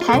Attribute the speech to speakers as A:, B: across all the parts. A: 台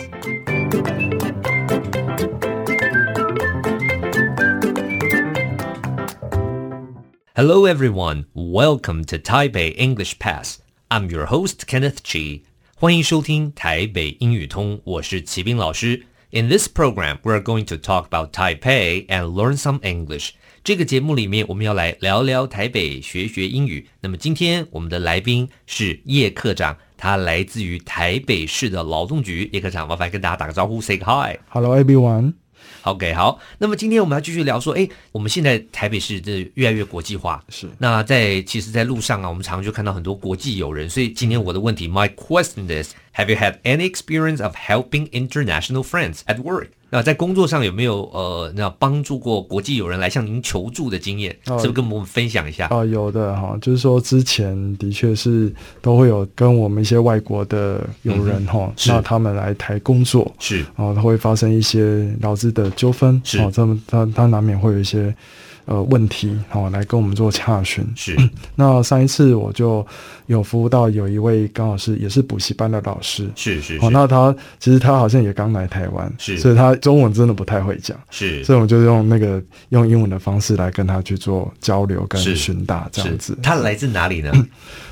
B: Hello, everyone. Welcome to Taipei English Pass. I'm your host Kenneth Chi. 欢迎收听台北英语通，我是齐斌老师。In this program, we're going to talk about Taipei and learn some English. 这个节目里面，我们要来聊聊台北，学学英语。那么今天我们的来宾是叶科长，他来自于台北市的劳动局。叶科长，麻烦跟大家打个招呼，say hi。
C: Hello everyone，
B: OK，好，那么今天我们要继续聊说，哎，我们现在台北市这越来越国际化，
C: 是
B: 那在其实，在路上啊，我们常常就看到很多国际友人，所以今天我的问题，My question is, have you had any experience of helping international friends at work？那在工作上有没有呃，那帮助过国际友人来向您求助的经验？
C: 哦
B: 是不是跟我们分享一下？
C: 哦、有的哈、就是说之前的确是都会有跟我们一些外国的友人哈、
B: 嗯是
C: 那他们来台工作，
B: 是
C: 哦，会发生一些劳资的纠纷，
B: 是
C: 哦，他们他他难免会有一些呃问题，哦，来跟我们做洽询。
B: 是，
C: 那上一次我就有服务到有一位刚好是也是补习班的老师，
B: 是是
C: 哦，
B: 是
C: 那他其实他好像也刚来台湾，
B: 是
C: 所以他中文真的不太会讲。
B: 是
C: 所以我们就用那个用英文的方式来跟他去做交流跟
B: 是
C: 询答这样
B: 是
C: 子。，
B: 他来自哪里呢？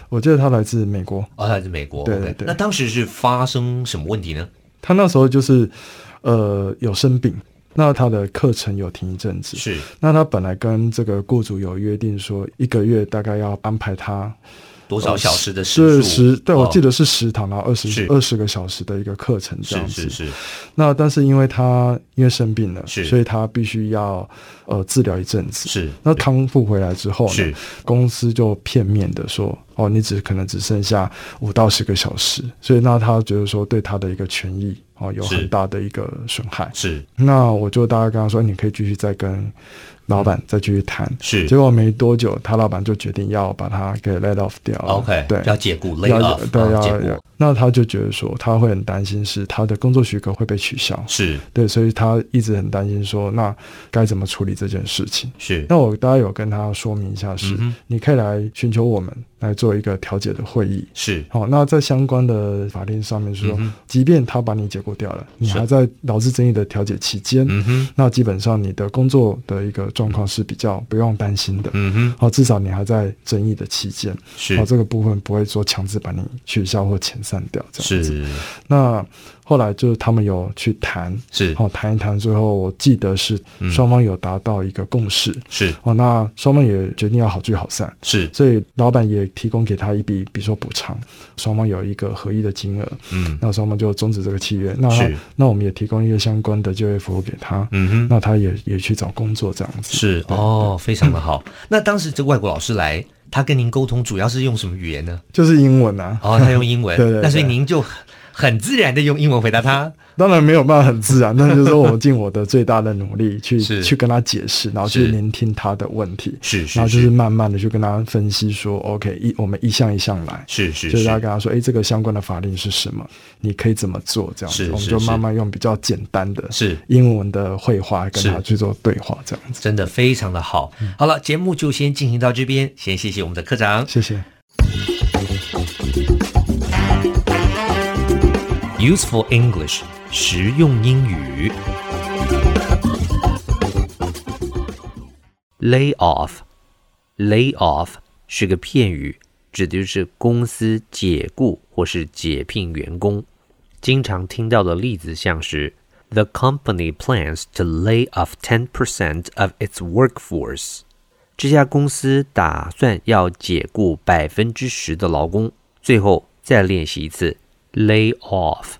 C: 我记得他来自美国，
B: 哦，他来自美国。
C: 对
B: OK
C: 对对
B: 那当时是发生什么问题呢？
C: 他那时候就是呃有生病，那他的课程有停一阵子。
B: 是
C: 那他本来跟这个雇主有约定说，一个月大概要安排他
B: 多少小时的时
C: 是
B: 数？
C: 十，对我
B: 哦
C: 记得是十堂，然后二十
B: 是
C: 二十个小时的一个课程这
B: 是
C: 样子。
B: 是是
C: 那但是因为他因为生病了，
B: 是
C: 所以他必须要呃治疗一阵子。
B: 是
C: 那康复回来之后
B: 是
C: 呢，公司就片面的说，哦，你只可能只剩下五到十个小时，所以那他觉得说对他的一个权益哦有
B: 是
C: 很大的一个损害。
B: 是
C: 那我就大概跟他说，你可以继续再跟老板再继续谈。
B: 是
C: 结果没多久，他老板就决定要把他给 let off 掉了。
B: OK，
C: 呃对，
B: 要解雇 lay
C: 要
B: off，
C: 对
B: 啊
C: 要
B: 解雇
C: 要。那他就觉得说，他会很担心是他的工作许可会被取消。
B: 是
C: 对，所以他一直很担心说，那该怎么处理这件事情？
B: 是
C: 那我大概有跟他说明一下是，
B: 嗯哼
C: 你可以来寻求我们来做一个调解的会议。
B: 是
C: 好、那在相关的法令上面说，
B: 嗯哼
C: 即便他把你解雇掉了，你
B: 是
C: 还在劳资争议的调解期间，
B: 嗯哼
C: 那基本上你的工作的一个状况是比较不用担心的。
B: 嗯哼
C: 好、至少你还在争议的期间，
B: 是
C: 哦好、这个部分不会说强制把你取消或遣散掉这样子。
B: 是
C: 那后来就是他们有去谈，
B: 是
C: 好、谈一谈，最后我记得是
B: 嗯
C: 双方有达到一个共识，
B: 是
C: 哦，那双方也决定要好聚好散，
B: 是
C: 所以老板也提供给他一笔，比如说补偿，双方有一个合意的金额，
B: 嗯
C: 那双方就终止这个契约。那
B: 是
C: 那我们也提供一个相关的就业服务给他，
B: 嗯哼
C: 那他也也去找工作这样子。
B: 是
C: 对，
B: 哦，非常的好。那当时这个外国老师来，他跟您沟通主要是用什么语言呢？
C: 就是英文啊，
B: 哦，他用英文
C: 对对，对
B: 那所以您就很自然的用英文回答他。
C: 当然没有办法 很自然，但就是说我尽我的最大的努力去
B: 是
C: 去跟他解释，然后去
B: 是
C: 聆听他的问题，
B: 是
C: 然
B: 是
C: 后就是
B: 是
C: 慢慢的去跟他分析说，OK，一我们一项一项来。
B: 是是
C: 就是要
B: 是
C: 跟他说，哎、这个相关的法令是什么？你可以怎么做？这样子，
B: 是
C: 我们
B: 是
C: 就是慢慢用比较简单的
B: 是，
C: 英文的绘画跟
B: 是
C: 他去做对话，这样子。
B: 真的非常的好。好了，节目就先进行到这边，先谢谢我们的科长。
C: 谢谢。
B: Useful English，实用英语。Lay off，lay off 是个片语，指的就是公司解雇或是解聘员工。经常听到的例子像是：The company plans to lay off ten percent of its workforce。这家公司打算要解雇百分之十的劳工。最后再练习一次，lay off。